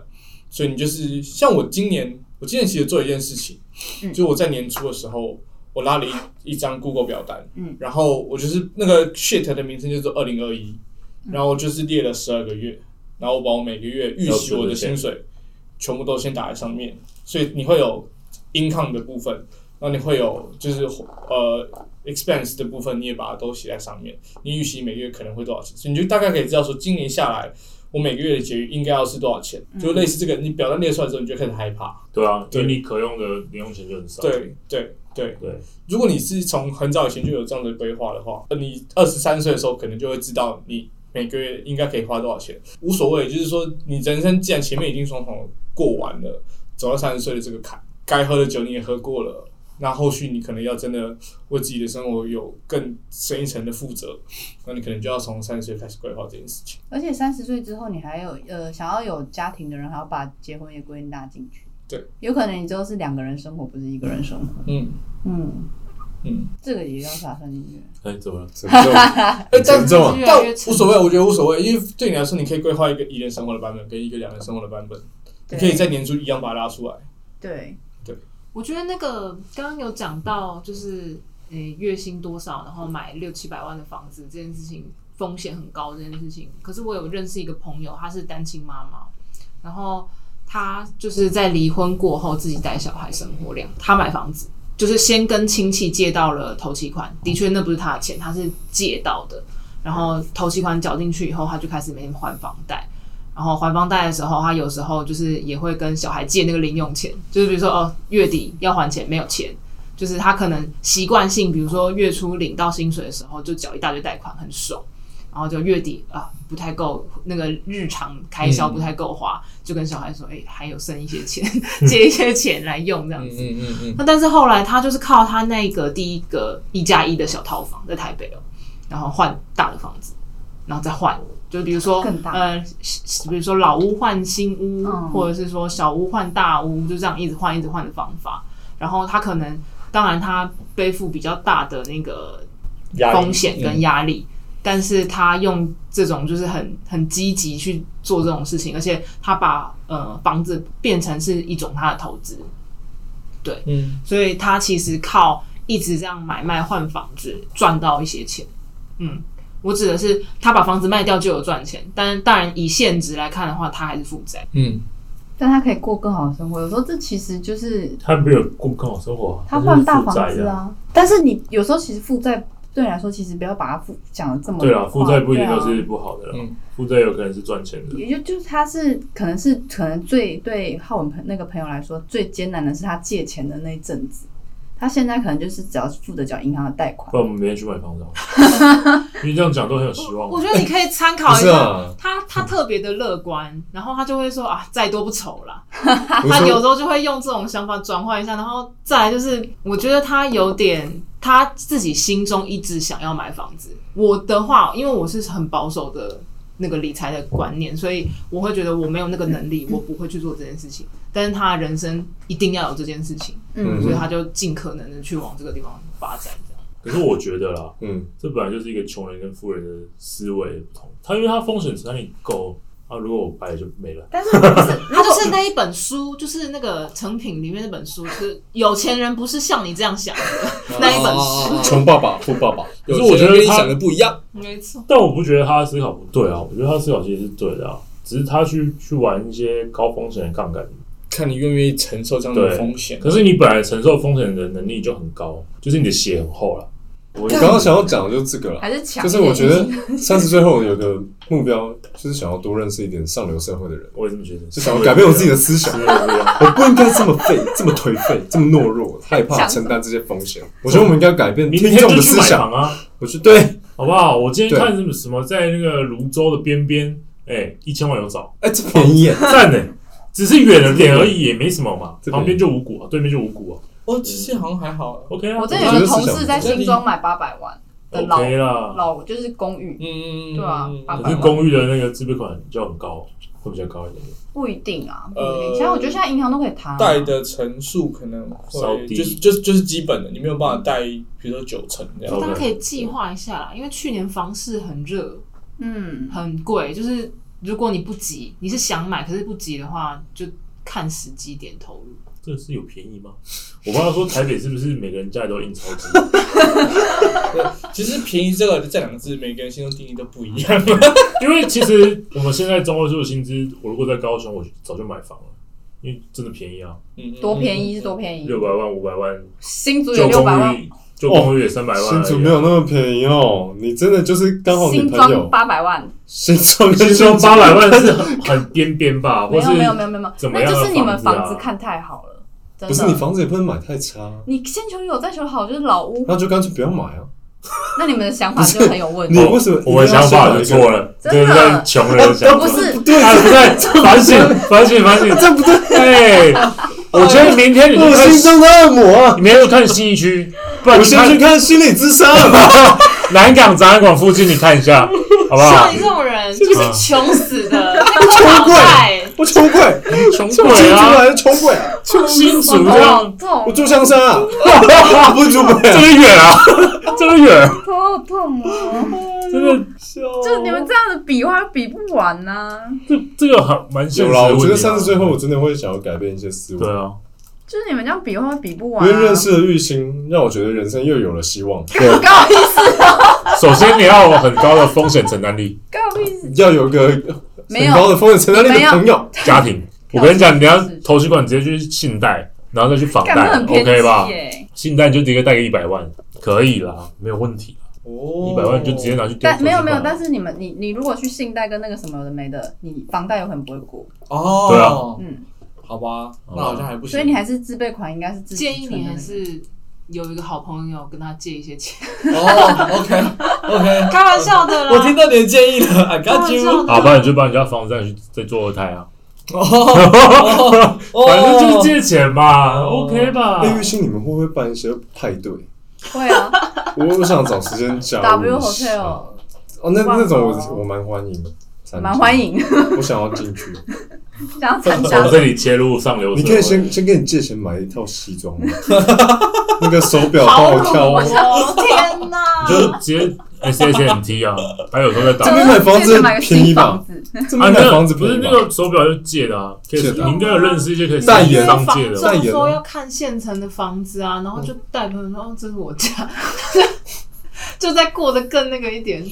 S4: 所以你就是像我今年，我今年其实做一件事情，
S2: 嗯
S4: 就我在年初的时候，我拉了一一张 Google 表单，
S2: 嗯
S4: 然后我就是那个 sheet 的名称就是二零二一，然后我就是列了十二个月，然后我把我每个月预期我的薪水全部都先打在上面，所以你会有 income 的部分，然后你会有就是呃 expense 的部分，你也把它都写在上面，你预期每个月可能会多少钱，所以你就大概可以知道说今年下来。我每个月的结余应该要是多少钱？就类似这个，你表单列出来之后，你就开始害怕。
S1: 对啊，
S4: 对
S1: 因为你可用的零用钱就很少。
S4: 对对对
S1: 对，
S4: 如果你是从很早以前就有这样的规划的话，呃你二十三岁的时候可能就会知道你每个月应该可以花多少钱，无所谓。就是说，你人生既然前面已经从头过完了，走到三十岁的这个坎，该喝的酒你也喝过了。那后续你可能要真的为自己的生活有更深一层的负责，那你可能就要从三十岁开始规划这件事情。
S2: 而且三十岁之后，你还有呃想要有家庭的人，还要把结婚也归纳进去。
S4: 对，
S2: 有可能你就是两个人生活，不是一个人生活。
S4: 嗯
S2: 嗯，
S4: 嗯，
S2: 这个也要打算进去。
S1: 哎、怎么了？
S3: 沉重，
S2: <laughs>
S3: 很沉重啊！
S5: 越
S4: 哎但
S5: 来越
S4: 无所谓，我觉得无所谓，因为对你来说，你可以规划一个一人生活的版本跟一个两人生活的版本，
S2: 对
S4: 你可以在年初一样把它拉出来。
S2: 对，
S5: 我觉得那个刚刚有讲到，就是呃月薪多少，然后买六七百万的房子这件事情，风险很高这件事情。可是我有认识一个朋友，她是单亲妈妈，然后她就是在离婚过后自己带小孩生活两，她买房子就是先跟亲戚借到了头期款，的确那不是她的钱，她是借到的。然后头期款缴进去以后，她就开始每天还房贷。然后还房贷的时候，他有时候就是也会跟小孩借那个零用钱，就是比如说哦月底要还钱没有钱，就是他可能习惯性，比如说月初领到薪水的时候就缴一大堆贷款，很爽，然后就月底啊不太够那个日常开销
S4: 嗯
S5: 不太够花，就跟小孩说哎还有剩一些钱， <laughs> 借一些钱来用这样子。
S4: 嗯嗯嗯
S5: 那但是后来他就是靠他那个第一个一加一的小套房在台北哦，然后换大的房子，然后再换，就是比如说
S2: 更大
S5: 呃，是比如说老屋换新屋，
S2: 嗯
S5: 或者是说小屋换大屋，就这样一直换一直换的方法。然后他可能，当然他背负比较大的那个
S4: 压力
S5: 风险
S1: 嗯
S5: 跟压力，但是他用这种就是很很积极去做这种事情，而且他把呃房子变成是一种他的投资，
S4: 嗯
S5: 所以他其实靠一直这样买卖换房子赚到一些钱。嗯，我指的是他把房子卖掉就有赚钱，但当然以现值来看的话，他还是负债。
S4: 嗯，
S2: 但他可以过更好的生活。有时候这其实就是
S1: 他没有过更好生活啊，
S2: 他
S1: 是
S2: 换大
S1: 负债
S2: 房子
S1: 的。
S2: 啊，但是你有时候其实负债对你来说，其实不要把它负讲的这么
S1: 对啊，负债不一定
S2: 夸
S1: 都
S2: 张
S1: 是不好的啦
S4: 嗯，
S1: 负债有可能是赚钱的。
S2: 也就就是他是可能是可能最对浩文朋那个朋友来说最艰难的是他借钱的那一阵子，他现在可能就是只要负责缴银行的贷款
S1: 不。然我们明天去买房子好了，
S2: <laughs>
S1: 因为这样讲都很有希望啊
S5: 我。觉得你可以参考
S3: 哦不
S5: 一
S3: 是
S5: 下。
S3: 啊，
S5: 他他特别的乐观，然后他就会说啊，再多不愁啦。
S2: <laughs>
S3: 我
S5: 他
S3: 说
S5: 有时候就会用这种想法转换一下，然后再来就是，我觉得他有点他自己心中一直想要买房子。我的话，因为我是很保守的那个理财的观念，所以我会觉得我没有那个能力，我不会去做这件事情。但是他人生一定要有这件事情，
S2: 嗯
S5: 所以他就尽可能的去往这个地方发展。这样
S1: 可是我觉得啦，
S3: 嗯，
S1: 这本来就是一个穷人跟富人的思维不同。他因为他风险承担力够，啊，如果我败了就没了。
S2: 但是不是
S1: <laughs>
S5: 他就是那一本书，就是那个成品里面那本书，就是有钱人不是像你这样想的，那一本书
S1: 哦
S3: 穷爸爸、富爸爸，
S1: 可
S4: <laughs> 有
S1: 是
S4: 些
S1: 我觉
S4: 人
S1: 得
S4: 跟你
S1: 他
S4: 想的不一样。
S5: 没错。
S1: 但我不觉得他的思考不对啊，我觉得他的思考其实是对的啊，只是他去去玩一些高风险的杠杆。
S4: 看你愿不愿意承受这样的
S1: 对
S4: 风险。
S1: 可是你本来承受风险的能力就很高，就是你的血很厚了。我
S3: 我刚刚想要讲的就是这个了。
S2: 还是抢？
S3: 就是我觉得三十岁后有个目标，就是想要多认识一点上流社会的人，
S1: 我也这么觉得，啊
S3: 就想要改变我自己的思想
S1: 思。维不一样。
S3: 我不应该这么废、这么颓废、这么懦弱，害怕承担这些风险。我觉得我们应该改变
S1: 明
S3: <laughs> 听
S1: 天
S3: 众
S1: 就
S3: 的
S1: 去
S3: 思
S1: 买
S3: 想。
S1: 房啊，
S3: 我去对，
S1: 好不好？我今天
S3: 对
S1: 看什么什么在那个泸州的边边，哎，一千万有找，
S3: 哎，这便宜耶！
S1: 赞呢，只是远了点而已，也没什么嘛。
S3: 这边
S1: 旁边就五股啊，对面就五股啊
S4: 哦，其实好像还好。
S1: ，OK 啊。
S2: 我这
S3: 有
S2: 有
S3: 个
S2: 个
S3: 同
S2: 同
S3: 事
S2: 事在
S4: 在
S2: 新
S4: 新
S2: 庄
S4: 庄
S2: 买八百万，的老
S1: OK 啦。
S2: 老就是公寓，
S4: 嗯，
S2: 对啊爸
S1: 可是公寓的那个自备款就很高，会比较高一点。
S2: 不一定啊，不一定。
S4: 呃
S2: 其实我觉得现在银行都可以谈、啊。
S4: 贷的层数可能
S1: 稍
S4: 会
S1: 低
S4: 就是就是就是基本的，你没有办法贷，比如说九成这样。
S1: OK
S5: 大家可以计划一下啦，因为去年房市很热，
S2: 嗯，
S5: 很贵，就是如果你不急，你是想买可是不急的话，就看时机点投入。
S1: 这是有便宜吗？我刚刚说台北是不是每个人家里都有印钞机？嗯
S4: 其实便宜这个这两个字，每个人心中定义都不一
S2: <laughs>
S4: 样。嗯
S1: <laughs> 因为其实我们现在中位数的薪资，我如果在高雄，我早就买房了，因为真的便宜啊，
S4: 嗯嗯
S2: 多便宜是多便宜，
S1: 六百万、五百万，
S2: 新竹也
S1: 旧
S2: 六
S1: 公
S2: 百万，
S1: 寓，旧公寓也三百万而已啊，
S3: 新竹
S1: <laughs>
S3: 没有那么便宜哦，你真的就是刚好你
S2: 新
S3: 朋
S2: 庄
S3: 友
S2: 八百万，
S3: 新装
S1: 新装八百万是很很边边吧，
S2: 没
S1: 或是
S2: 有没有没有没有，
S1: 怎么
S2: 那
S1: 样
S2: 就
S1: 的
S2: 是你们
S1: 房子啊
S2: 房子看太好了，真
S3: 不
S2: 的。
S3: 是你房子也不能买太差，啊
S2: 你先求有再求好，就是老屋。
S3: 那就干脆不要买啊。
S2: 那你们的想法就很有问
S3: 你
S2: 题。
S3: 为什么？
S1: 哦我的想法就错了，
S2: 真
S1: 这
S2: 的
S1: 是在穷人的想法
S2: 不。是，
S3: 对，
S1: 他不 <laughs> 在反省，反省，反省，这不对。哎，我觉得明天你就
S3: 我
S1: 看，
S3: 心中的恶魔啊。
S1: 你明天就看新一区，不然
S3: 我
S1: 你
S3: 先去
S1: 看
S3: 看心理智商。
S1: 南港展览馆附近，你看一下，好不好
S5: 像你？这种人就是穷死 <laughs> 的，那个
S3: 穷
S5: 好
S3: 鬼
S5: 赖，
S3: 我穷鬼，
S1: 穷
S3: 我
S1: 鬼
S3: 出
S1: 啊，
S3: 来是穷鬼啊，
S1: 新
S2: 这
S1: 竹
S2: 种
S1: 这样，
S2: 这种
S3: 我住香山啊，我不是住 <laughs> 北
S1: 这
S3: 啊。
S1: 个远啊， <laughs> 这个远，
S2: 头好痛哦！
S1: 真的，
S2: 就你们这样子比划比不完啊呐、
S1: 这这个还蛮现
S3: 有
S1: 实
S3: 啦，
S1: 的
S3: 我觉
S1: 问题
S3: 得
S1: 啊
S3: 三十岁后，我真的会想要改变一些思维
S1: 对。啊，
S2: 就是你们这样比划比不
S3: 因
S2: 完、啊。
S3: 为认识了玉兴，让我觉得人生又有了希望。
S1: 对，
S2: 干我屁事，
S1: 首先你要有很高的风险承担
S2: <laughs>
S1: 力，
S2: 干我屁事，
S3: 要有个
S2: 没
S3: 很高
S2: 有
S3: 的风险承担力的朋友，
S1: 家庭。我跟你讲，你要投资款直接去信贷，然后再去房
S2: 干
S1: 贷
S2: 的很偏
S1: ，OK 吧
S2: 激？耶、
S1: 信贷你就直接贷个一百万，可以啦，没有问题啦。啊
S4: 哦
S1: 一百万就直接拿去丢。
S2: 但没有没有，但是你们你你如果去信贷跟那个什么有的没的，你房贷有可能不会过，
S4: 哦，
S1: 对啊
S2: 嗯，
S4: 好吧，
S1: 好吧
S4: 那好像还不行。
S2: 所以你还是自备款应该是自己
S5: 建议
S2: 存
S5: 你
S2: 的那
S5: 还
S2: 个
S5: 是有一个好朋友跟他借一些钱，
S4: 哦
S2: <laughs>
S4: ，OK OK，
S5: 开玩笑 <laughs> 的啦，
S4: 我听到你的建议了，I
S5: 开
S4: got
S5: 玩笑
S4: you。
S5: 的，
S1: 啊好，不然你就把人家房子再去再做二胎啊，
S4: 哦，
S1: 反正就是借钱嘛
S4: 哦
S1: ，OK 吧？
S3: 哎，玉兴，哦你们会不会办一些派对？
S2: 会啊
S3: 我我想找时间加入
S2: ，W
S3: 一下。
S2: Hotel
S3: 哦，那
S2: 万豪
S3: 那种我我蛮欢迎的，参加
S2: 蛮欢，迎， <laughs>
S3: 我想要进去。
S2: 想要参加
S3: <laughs>
S1: 从这里切入上流社会，
S3: 你可以先先跟你借钱买一套西装吗， <laughs> 那个手表帮我挑。
S1: 啊
S5: 我天哪
S1: 哦
S5: <laughs>
S1: 你！就直接 S S M T 啊，还有时候在打
S3: 这。边买房子便宜吧
S2: 房子
S3: 这
S1: 啊，
S3: 么
S1: 那
S3: 买
S1: 个
S3: 房子
S1: 不
S3: 便
S1: 是
S3: 宜
S1: 那
S3: 吧？
S1: 个手表就借的啊，可以
S3: 借的
S1: 你应该有认识一些可以
S3: 代言
S1: 商借的吧
S3: 代言
S5: 说要看现成的房子啊，然后
S1: 嗯
S5: 就带朋友说，哦，这是我家， <laughs> 就再过得更那个一点。
S2: <laughs>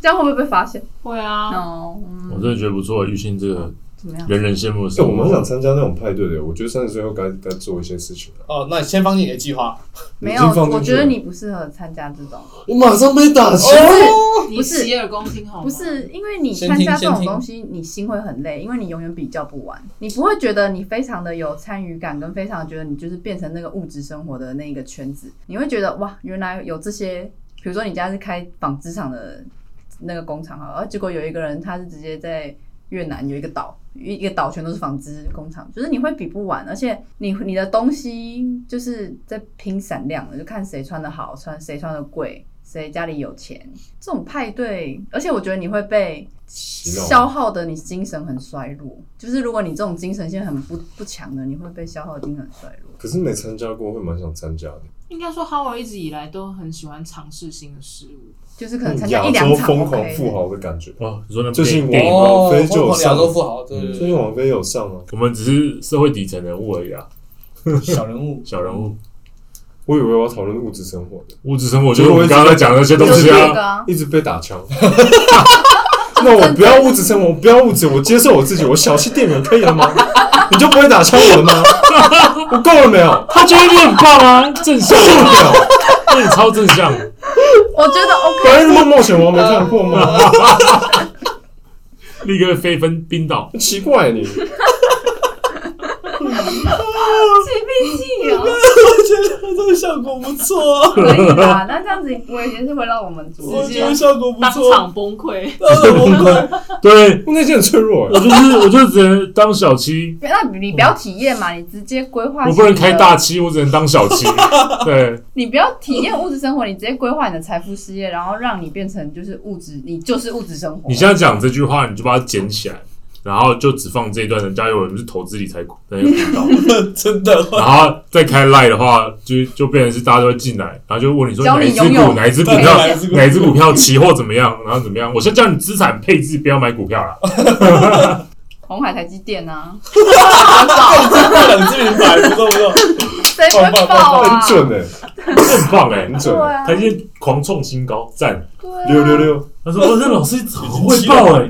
S2: 这样会不会被发现？
S5: 会啊，
S2: 哦、嗯
S1: 我真的觉得不错，玉兴这个
S2: 怎么样？
S1: 人人羡慕的
S3: 哎，我
S1: 生
S3: 蛮想
S1: 活。
S3: 参加那种派对的，我觉得三十岁后该该做一些事情了。
S4: 哦，那你先放进你的计划。
S2: 没
S3: 已
S2: 有，
S3: 经放进去
S2: 我觉得
S3: 了
S2: 你不适合参加这种。
S3: 我马上被打
S2: 不
S3: 枪。
S2: 是
S5: 你
S2: 不是
S5: 洗耳恭听好吗？
S2: 不是，因为你
S4: 先
S2: 参
S4: 听
S2: 加这
S4: 先
S2: 种
S4: 听
S2: 东西，你心会很累，因为你永远比较不完，你不会觉得你非常的有参与感，跟非常觉得你就是变成那个物质生活的那一个圈子，你会觉得哇，原来有这些， <laughs> 比如说你家是开纺织厂的那个工厂好了，然后结果有一个人他是直接在越南有一个岛，一一个岛全都是纺织工厂，就是你会比不完，而且你你的东西就是在拼闪亮的，就看谁穿的好，穿谁穿的贵，谁家里有钱。这种派对，而且我觉得你会被
S3: 脑
S2: 消耗的，你精神很衰弱。就是如果你这种精神线很不不强的，你会被消耗得精神很衰弱。
S3: 可是没参加过，会蛮想参加的。
S5: 应该说 Howard 一直以来都很喜欢尝试新的事物。
S2: 就是可能啊参加
S3: 嗯亚
S2: 一两
S3: 洲
S2: 场
S3: 疯狂
S2: OK
S3: 富豪的感觉。
S1: 哦，你说那部
S3: 最近
S1: 电影
S3: 我
S1: 吗？
S4: 哦，
S3: 非洲
S4: 疯狂亚
S3: 上嗯
S4: 洲富豪，对
S3: 最
S4: 对
S3: 近王菲有上啊，
S1: 我们只是社会底层人物而已啊，
S4: 对，小人物。
S1: 小人物，
S3: 我以为我要讨论物质生活的，
S1: 物质生活就是我们刚刚在讲的那些东
S2: 的，就是
S1: 西
S2: 这
S1: 啊。
S2: 个啊，
S3: 一直被打枪。 <laughs> 那我不要物质生活，我不要物质，我接受我自己，我小气店员可以了吗？ <laughs> 你就不会打枪我了吗？ <laughs> 我够了没有？
S1: 他觉得你很棒啊，正向，
S3: 够了没有？
S1: 那你超正向。
S2: 我觉得 OK。
S3: 白日梦冒险王没看过吗？
S1: 立刻飞奔冰岛，
S3: 奇怪你，
S4: <laughs> 我觉得这个效果不错啊，
S2: 可以吧？那这样子我也是回到我们主
S5: 我
S4: 我
S2: 题
S5: 觉
S4: 觉
S5: 得
S4: 得效果不
S5: 当
S4: 错，
S5: 场崩溃，
S4: 当场崩溃。
S1: 对
S3: 那些很脆弱
S1: 我
S3: 哎，
S1: 就是我就只能当小七，
S2: 那你不要体验嘛，你直接规划。
S1: 嗯我不能开大，七，我只能当小七。对，
S2: 你不要体验物质生活，你直接规划你的财富事业，然后让你变成就是物质，你就是物质生活。
S1: 你现在讲这句话，你就把它捡起来，然后就只放这一段。人家有人是投资理财那个频道，
S4: <laughs> 真的，
S1: 然后再开 line 的话，就就变成是大家都会进来，然后就问你说
S2: 教
S1: 哪
S2: 你
S1: 一只
S2: 拥有
S1: 股哪一只股
S4: 对
S1: 票
S4: 哪一只股
S1: 哪一只股票期货怎么样，然后怎么样？我是叫你资产配置，不要买股票啦。
S2: 红海台积电啊，
S4: 两只名牌，不错不错。
S2: 谁会爆啊？
S3: 很准哎，
S1: 很棒哎、
S3: 很
S2: 对
S3: 准哎，
S2: 啊，
S1: 台积电狂创新高，赞！
S2: 对啊
S3: 六六六，
S1: 他说：“哦，这
S4: <laughs>
S1: 老师很会报哎、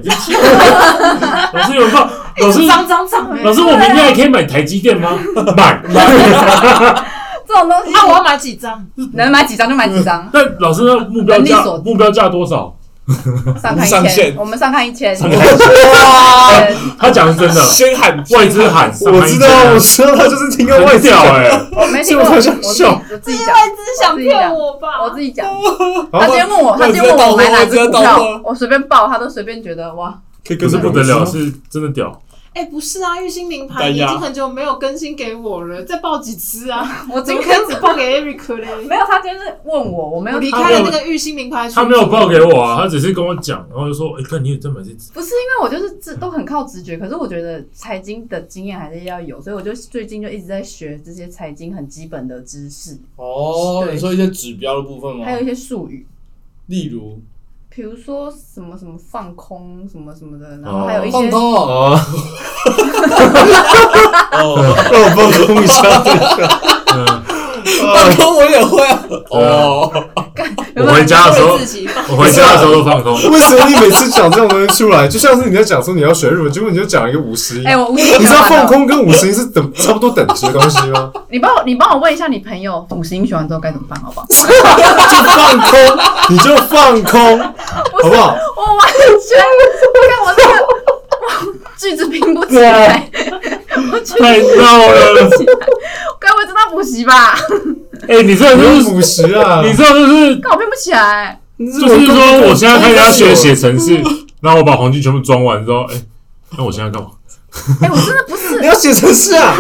S1: 老师有
S2: 哎
S1: 报，老师
S5: 涨涨涨哎！
S1: 老师，我明天还可以买台积电吗？ <laughs> 买买。
S2: 这种东西，
S5: 啊那我要买几张？
S2: 能买几张就买几张，
S1: 那老师的目标价
S2: 能力所及
S1: 目标价多少？
S2: 上看
S4: 上
S2: 一千，
S4: 线
S2: 我们上看一千，
S1: 上看一千
S2: 哇，
S1: 他讲的是真的，
S4: <laughs> 先喊
S1: 外资喊上
S3: 我
S1: 看一
S3: 知
S1: 千啊
S3: 道我知道他就是听个外
S1: 很屌
S3: 调哎，
S1: 哎、
S2: 我没听过，
S3: 这
S2: 我
S3: 我
S2: 自
S3: 想
S2: 己
S3: 笑
S2: 我自己讲，
S5: 外资想骗我吧？
S2: 我自己讲。
S3: 然
S2: 他
S3: 后
S2: 今天问我，他今天问我买哪只股票，我随便报，他都随便觉得哇，
S3: <laughs> 可以
S1: 可
S3: 跟
S1: 是
S3: 着
S1: 不得 <laughs> 了，是真的屌。
S5: 哎，不是啊，玉鑫名
S4: 哎
S5: 牌你已
S4: 呀
S5: 经很久没有更新给我了，再报几次
S2: <laughs>
S5: 啊？
S2: 我
S5: 怎
S2: 今
S5: 么可 <laughs>
S2: 天
S5: 以只报给 Eric 嘞？
S2: 没有，他今天是问我，我没有
S5: 我离
S1: 他
S5: 开
S1: 没
S5: 了
S1: 有
S5: 那个玉鑫名牌，
S1: 他没有报给我啊，他只是跟我讲，然后就说：“哎、看你也在买这只。
S2: 不是因为我就是这都很靠直觉，可是我觉得财经的经验还是要有，所以我就最近就一直在学这些财经很基本的知识，
S4: 哦，
S2: 对
S4: 你说一些指标的部分吗
S2: 还？有一些术语，
S4: 例如
S2: 比如说什么什么放空什么什么的，然后还有一些
S4: 放空哦，
S3: 啊，
S4: 哦
S3: 让我放空一下，等一下
S1: <laughs> 嗯，
S4: 放空我也会啊。哦，
S1: 我
S2: 有没有
S1: 回家的时候
S5: 自己放
S1: 我回家的时候都放 <laughs> 空。
S3: 为什么你每次讲这种东西出来，就像是你在讲说你要学日文，结果你就讲了一个五十音
S2: 哎、，我无形
S3: 你知道放，空跟五十音是等差不多等级的东西吗？
S2: 你帮我你帮我问一下你朋友五十音学完之后该怎么办，好不好？
S3: 就放空，你就放空，好不好？
S2: 我完全，我看我这个我句子拼不起来，
S1: 太闹 <laughs> 了！
S2: 该不会真的要补习吧？
S1: 哎、你这
S3: 不
S1: 就
S3: 用
S1: 是，
S3: 补习啊！
S1: 你这就是，
S2: 看我拼不起来，
S1: 就是说，我现在开始要学写程 <laughs> 式，然后我把黄金全部装完之后，哎、那我现在干嘛？
S2: 哎、我真的不
S3: 你
S2: 是
S3: 要写程式啊？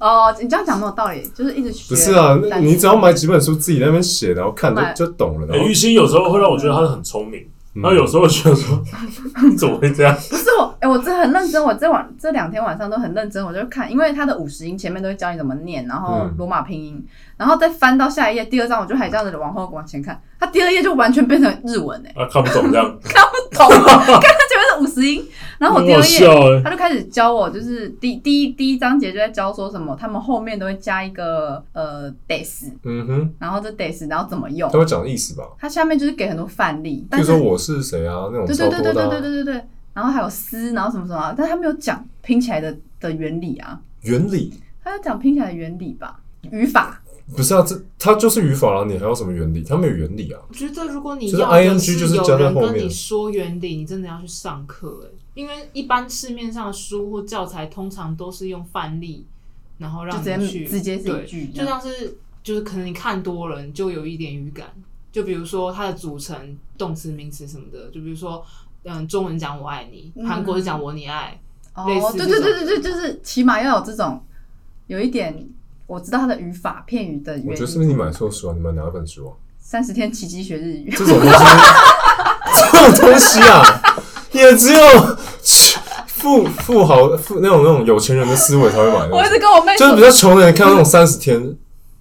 S2: 哦，你这样讲没有道理，就是一直学。
S3: 不是啊，
S2: 但
S3: 你只要买几本书自己在那边写，然后看
S2: 买
S3: 就就懂了。
S1: <laughs> 哎、
S3: 然后
S1: 玉鑫有时候会让我觉得他是很聪明，然后有时候觉得说， <laughs> 你怎么会这样？
S2: 不是我，哎、我真的很认真，我这晚这两天晚上都很认真，我就看，因为他的五十音前面都会教你怎么念，然后
S3: 嗯
S2: 罗马拼音，然后再翻到下一页第二章，我就还这样子往后往前看，他第二页就完全变成日文哎、
S1: <laughs> 啊，看不懂这样，
S2: 懂吗？看他前面是五十音，然后我第
S1: 好
S2: 二页
S1: 笑哎、
S2: 他就开始教我，就是第第一第一章节就在教说什么，他们后面都会加一个呃 des，
S3: 嗯哼，
S2: 然后这 des 然后怎么用
S3: 他。会讲意思吧？
S2: 他下面就是给很多范例，
S3: 比
S2: 但
S3: 如
S2: 是
S3: 说我是谁啊，那种
S2: 对
S3: 超
S2: 对对对
S3: 多
S2: 对对
S3: 的啊
S2: 对对对，然后还有丝，然后什么什么啊，但他没有讲拼起来的的原理啊，
S3: 原理，
S2: 他要讲拼起来的原理吧，语法。
S3: 不是啊，这它就是语法啊，你还有什么原理？它没有原理啊。
S5: 我觉得如果你
S3: 就是
S5: 要的
S3: ING 就是
S5: 有
S3: 加在
S5: 人
S3: 后
S5: 跟
S3: 面
S5: 你说原理，你真的要去上课哎、因为一般市面上的书或教材通常都是用范例，然后让
S2: 就直接
S5: 你去
S2: 直接是一
S5: 对
S2: 句这
S5: 就
S2: 样
S5: 像是就是可能你看多了，你就有一点语感。就比如说它的组成、动词、名词什么的，就比如说嗯，中文讲我爱你，
S2: 嗯
S5: 韩国是讲我你爱，
S2: 哦
S5: 类，似
S2: 对
S5: 这
S2: 对
S5: 种
S2: 对对对，就是起码要有这种，有一点我知道他的语法片语的原理。
S3: 我觉得是不是你买错书啊？你买哪本书啊？
S2: 三十天奇迹学日语？
S3: 这种东西，啊 <laughs> 这种东西啊，也只有富富豪、富那种那种有钱人的思维才会买的
S2: <laughs>
S3: 东
S2: 我一
S3: 西。
S2: 直跟我妹
S3: 就是
S2: 说
S3: 比，较穷的人看到那种三十天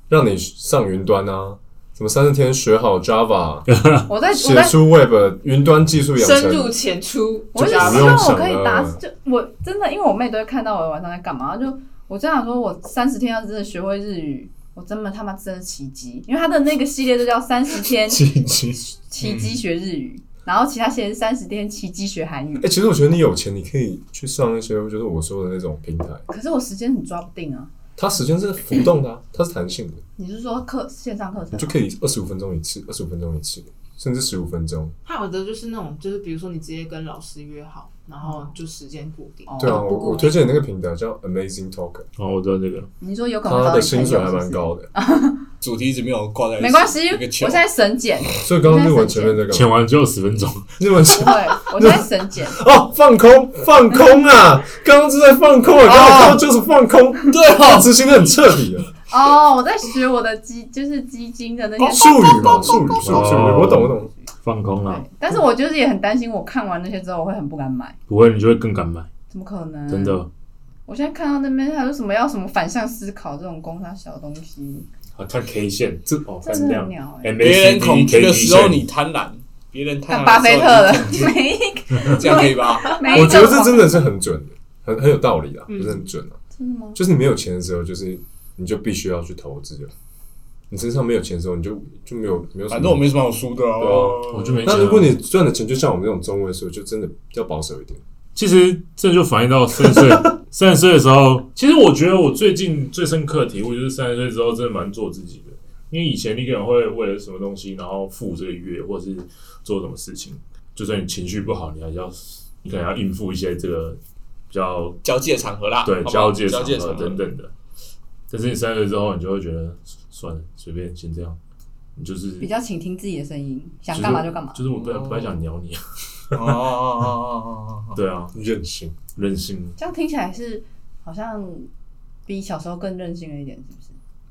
S3: 让你上云端啊，什么三十天学好 Java，啊
S2: 我在我
S3: 写
S2: 在
S3: 出 Web 云端技术养
S5: 深入
S3: 成，
S5: 浅出。
S2: 我就
S3: 不
S2: 希
S3: 用
S2: 望我
S3: 想
S2: 可以
S3: 了
S2: 打，就我真的，因为我妹都会看到我晚上在干嘛，就我真想说，我三十天要真的学会日语，我真的他妈真的奇迹，因为他的那个系列就叫三十天
S3: 奇迹。
S2: 奇迹学日语，然后其他系列是三十天奇迹学韩语
S3: 哎、，其实我觉得你有钱，你可以去上一些就是我说的那种平台，
S2: 可是我时间很抓不定啊。
S3: 它时间是浮动的、啊，
S5: <laughs>
S3: 它是弹性的，
S2: 你是说课线上课
S3: 你
S2: 程
S3: 就可以二十五分钟一次，二十五分钟一次，甚至十五分钟。
S5: 还有的就是那种，就是比如说你直接跟老师约好，
S2: 嗯
S5: 然后就时间固定。
S2: 哦
S3: 对啊，
S5: 不
S3: 我
S5: 固
S3: 我推荐你那个平台叫 Amazing Talker，
S1: 哦，我知道这个，
S2: 你说有可能
S3: 它
S2: 找
S3: 的
S2: 你
S3: 薪
S2: 朋
S3: 水
S2: 友
S3: 还
S2: 是不
S3: 蛮
S2: 是，
S3: 高的，
S4: 主题一直没有挂在一起，
S2: 没关系，
S4: 一个
S2: 我
S4: 球
S2: 现在省减，
S3: 所以刚
S5: <laughs>
S3: 刚日文前面在干
S1: 前
S3: 嘛？
S1: 完只有十分钟，
S3: 日文前
S2: 对我现在省减，
S3: 哦，放空，放空啊！刚刚是在放空
S5: 哦
S3: 啊，刚刚看到就是放空，
S4: 对
S3: 这
S4: 哦，
S3: 执行的很彻底啊。
S2: 哦，我在学我的基，就是基金的那
S5: 哦
S2: 些
S3: 术语嘛，术语，术语，术语，我懂，我懂。
S1: 放空了
S2: 嗯对，，但是我就是也很担心，我看完那些之后，我会很不敢买，
S1: 不会你就会更敢买，
S2: 怎么可能？
S1: 真，的。
S2: 我现在看到那边还有什么要什么反向思考这种工商小东西，
S1: 好，看 K 线，这哦，
S2: 真的很鸟哎、
S1: MACD
S4: 别人恐惧的时
S1: KD
S4: 候
S1: 线
S4: 你贪婪，别人贪
S2: 看
S4: 婪
S2: 巴菲特
S4: 的
S2: 了
S4: 时
S2: <laughs>
S4: 候，
S2: 每一
S4: 你这样可以 <laughs> 吧？
S2: 每一
S3: 我觉得
S2: 哎种
S3: 这真的是很准的，很很有道理啊，不是很准啊。
S2: 真的吗？
S3: 就是你没有钱的时候，就是你就必须要去投资了。啊你身上没有钱的时候，你就就没有没有什么。
S4: 反正我没什么好输的哦
S3: 对，
S1: 我就没钱啊。
S3: 那如果你赚的钱就像我们这种中位数，就真的要保守一点。
S1: 其实这就反映到三
S2: <laughs>
S1: 十岁，三十岁的时候，其实我觉得我最近最深刻的体悟就是三十岁之后真的蛮做自己的，因为以前你可能会为了什么东西，然后付这个月，或是做什么事情，就算你情绪不好，你还要你可能要应付一些这个比较
S4: 交际的场合啦，
S1: 对
S4: 好不
S1: 交
S4: 好
S1: 界
S4: 交
S1: 场
S4: 际的
S1: 合
S4: 场合
S1: 等等的。但是你三十岁之后，你就会觉得算了，随便先这样，你就是
S2: 比较倾听自己的声音，
S1: 就
S2: 想
S1: 是
S2: 干嘛就干嘛。
S1: 就是我不太不太想鸟你，啊，
S4: 哦哦哦哦哦哦，
S1: 对啊，
S3: 任性， <laughs>
S1: 任性。
S2: 这样听起来是好像比小时候更任性了一点，是不是？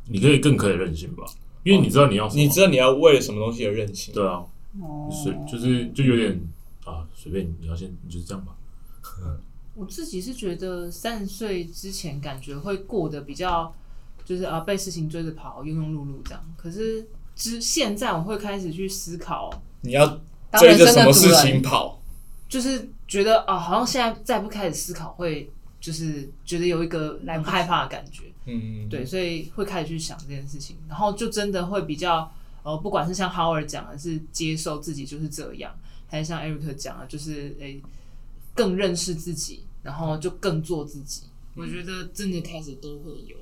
S1: 你可以更可以任性吧，因为你知道你要什么，
S4: 哦你知道你要为了什么东西而任性，
S1: 对啊，
S2: 哦，
S1: 随就是就有点啊，随便你要先，你就是这样吧。
S5: 我自己是觉得三十岁之前感觉会过得比较，就是啊被事情追着跑，庸庸碌碌这样。可是之现在我会开始去思考，
S4: 你要
S2: 当
S4: 追
S2: 人
S4: 着
S2: 生
S4: 什
S2: 的
S4: 么
S2: 主
S4: 事
S2: 人
S4: 情，跑，
S5: 就是觉得啊，好像现在再不开始思考会，就是觉得有一个
S2: 来
S5: 很
S2: 不及
S5: 害怕的感觉。
S4: 嗯，
S5: 对，所以会开始去想这件事情，然后就真的会比较呃，不管是像 Howard 讲的是接受自己就是这样，还是像 Eric 讲的，就是诶、更认识自己，然后就更做自己。我觉得真的开始都会有，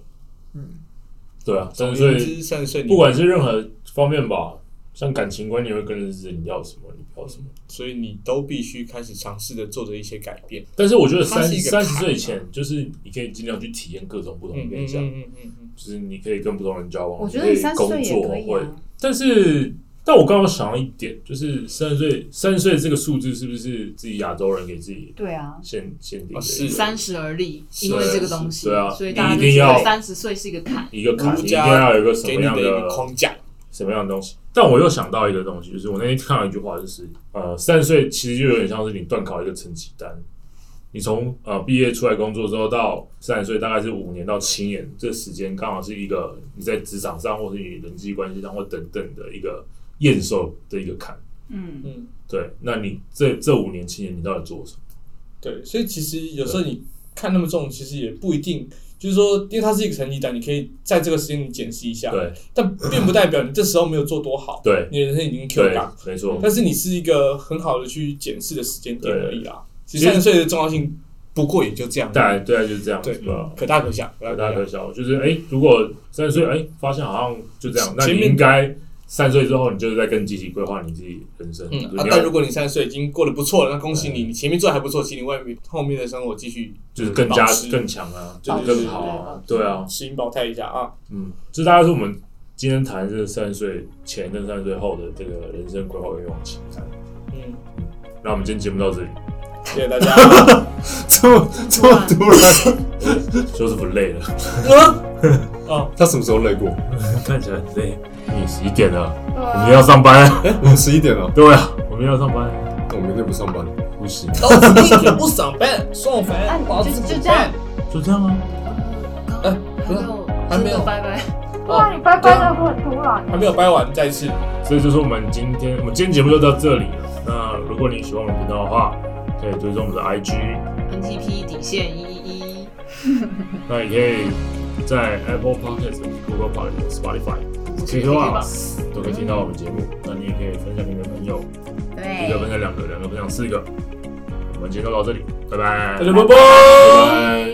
S1: 对啊，但
S4: 总
S1: 是所
S4: 之三
S1: 以
S4: 十三岁，
S1: 不管是任何方面吧，像感情观，你会更认识你要什么，你不要什么。
S4: 所以你都必须开始尝试着做着一些改变。
S1: 但是我觉得
S4: 它
S1: 三
S4: 是一个坎啊
S1: 三十岁以前，就是你可以尽量去体验各种不同的面向，
S4: 嗯嗯嗯，
S1: 就是你可以跟不同人交往，
S2: 我觉得你
S1: 可以
S2: 三十岁
S1: 工
S2: 也
S1: 作
S2: 可以
S1: 会
S2: 啊。
S1: 但是，但我刚刚想到一点，就是三十岁，三十岁这个数字是不是自己亚洲人给自己
S2: 对啊，
S1: 限限定
S4: 哦
S1: 的
S4: 是
S1: 一个
S5: 三十而立，
S4: 是
S5: 因为这个东西，
S1: 对啊
S5: 所以
S1: 你
S5: 大家
S1: 一
S5: 就
S1: 定
S5: 觉
S1: 要
S5: 得三十岁是一个坎。
S1: 一个坎，你
S4: 儒
S1: 一定
S4: 家
S1: 要有一个什
S4: 给
S1: 么
S4: 你
S1: 样
S4: 的一个框架，
S1: 什么样的东西。但我又想到一个东西，就是我那天看到一句话，就是呃，三十岁其实就有点像是你断考一个成绩单。你从呃毕业出来工作之后到三十岁，大概是五年到七年这时间，刚好是一个你在职场上或是你人际关系上或等等的一个验收的一个坎。
S2: 嗯，
S4: 嗯，
S1: 对，那你这这五年七年你到底做什么？
S4: 对，所以其实有时候你看那么重，其实也不一定，就是说，因为它是一个成绩单，你可以在这个时间你检视一下，
S1: 对
S4: 但并不代表你这时候没有做多好，
S1: 对
S4: 你人生已经 Q
S1: 对
S4: 档，，
S1: 没错。
S4: 但是你是一个很好的去检视的时间点而已啦。其实
S1: 其实
S4: 三十岁的重要性，不过也就这样，
S1: 大概对啊，就是这样，
S4: 对
S1: 是吧？，
S4: 可大可小，可
S1: 可
S4: 大
S1: 大
S4: 可
S1: 可
S4: 小。
S1: 小，就是哎、如果三十岁哎发现好像就这样，那
S4: 前
S1: 你
S4: 面
S1: 应该三十岁之后，你就是在更积极规划你自己人生。
S4: 嗯
S1: 就，你，
S4: 啊
S1: 要
S4: 但如果你三十岁已经过得不错了，那恭喜你，你前面做得还不错，请你外面后面的生活继续
S1: 就是更加
S4: 保持
S1: 更强啊，就
S4: 保
S1: 是
S4: 持
S1: 更好啊，对啊，
S4: 持嗯盈保泰一下啊。
S1: 嗯，这大概是我们今天谈这个三十岁前跟三十岁后的这个人生规划跟往情感。
S4: 嗯，
S1: 那我们今天节目到这里，
S4: 谢谢
S2: <laughs>
S4: 大家。啊
S3: 这么这么突然， <laughs>
S1: 就是不累了， <laughs>
S3: 他什么时候累过？
S1: 看起来很累。你几点了？我
S2: 我
S1: 们要上班啊。
S3: 哎，我们十一点了，
S1: <laughs> 对啊，我们要上班啊，
S3: 我明天不上班。
S1: 不行，
S4: 老子一点不上班，上
S2: 那
S4: 班
S2: 哎你
S4: 老
S2: 就
S4: 子
S2: 就这样。
S1: 就这样啊。
S4: 哎
S5: 还没有，
S4: 还没有
S5: 真的拜拜。
S4: 哦，
S2: 你拜拜的会很突然。
S4: 还没有掰完，再一次
S1: 所以就是我们今天我们今天节目就到这里了。那如果你喜欢我们频道的话，可以追踪我们的 IG，
S5: NTP 底线一一一，
S1: 那也可以在 Apple Podcast、Google Podcast、Spotify、KQ
S5: 吧
S1: a。s 都可以听到我们节目。那你也可以分享给你的朋友，
S3: 嗯
S1: 一个分
S2: 对，
S1: 享两个，两个分享四个。我们今天就到这里，拜拜，
S4: 大家拜拜。
S1: 拜拜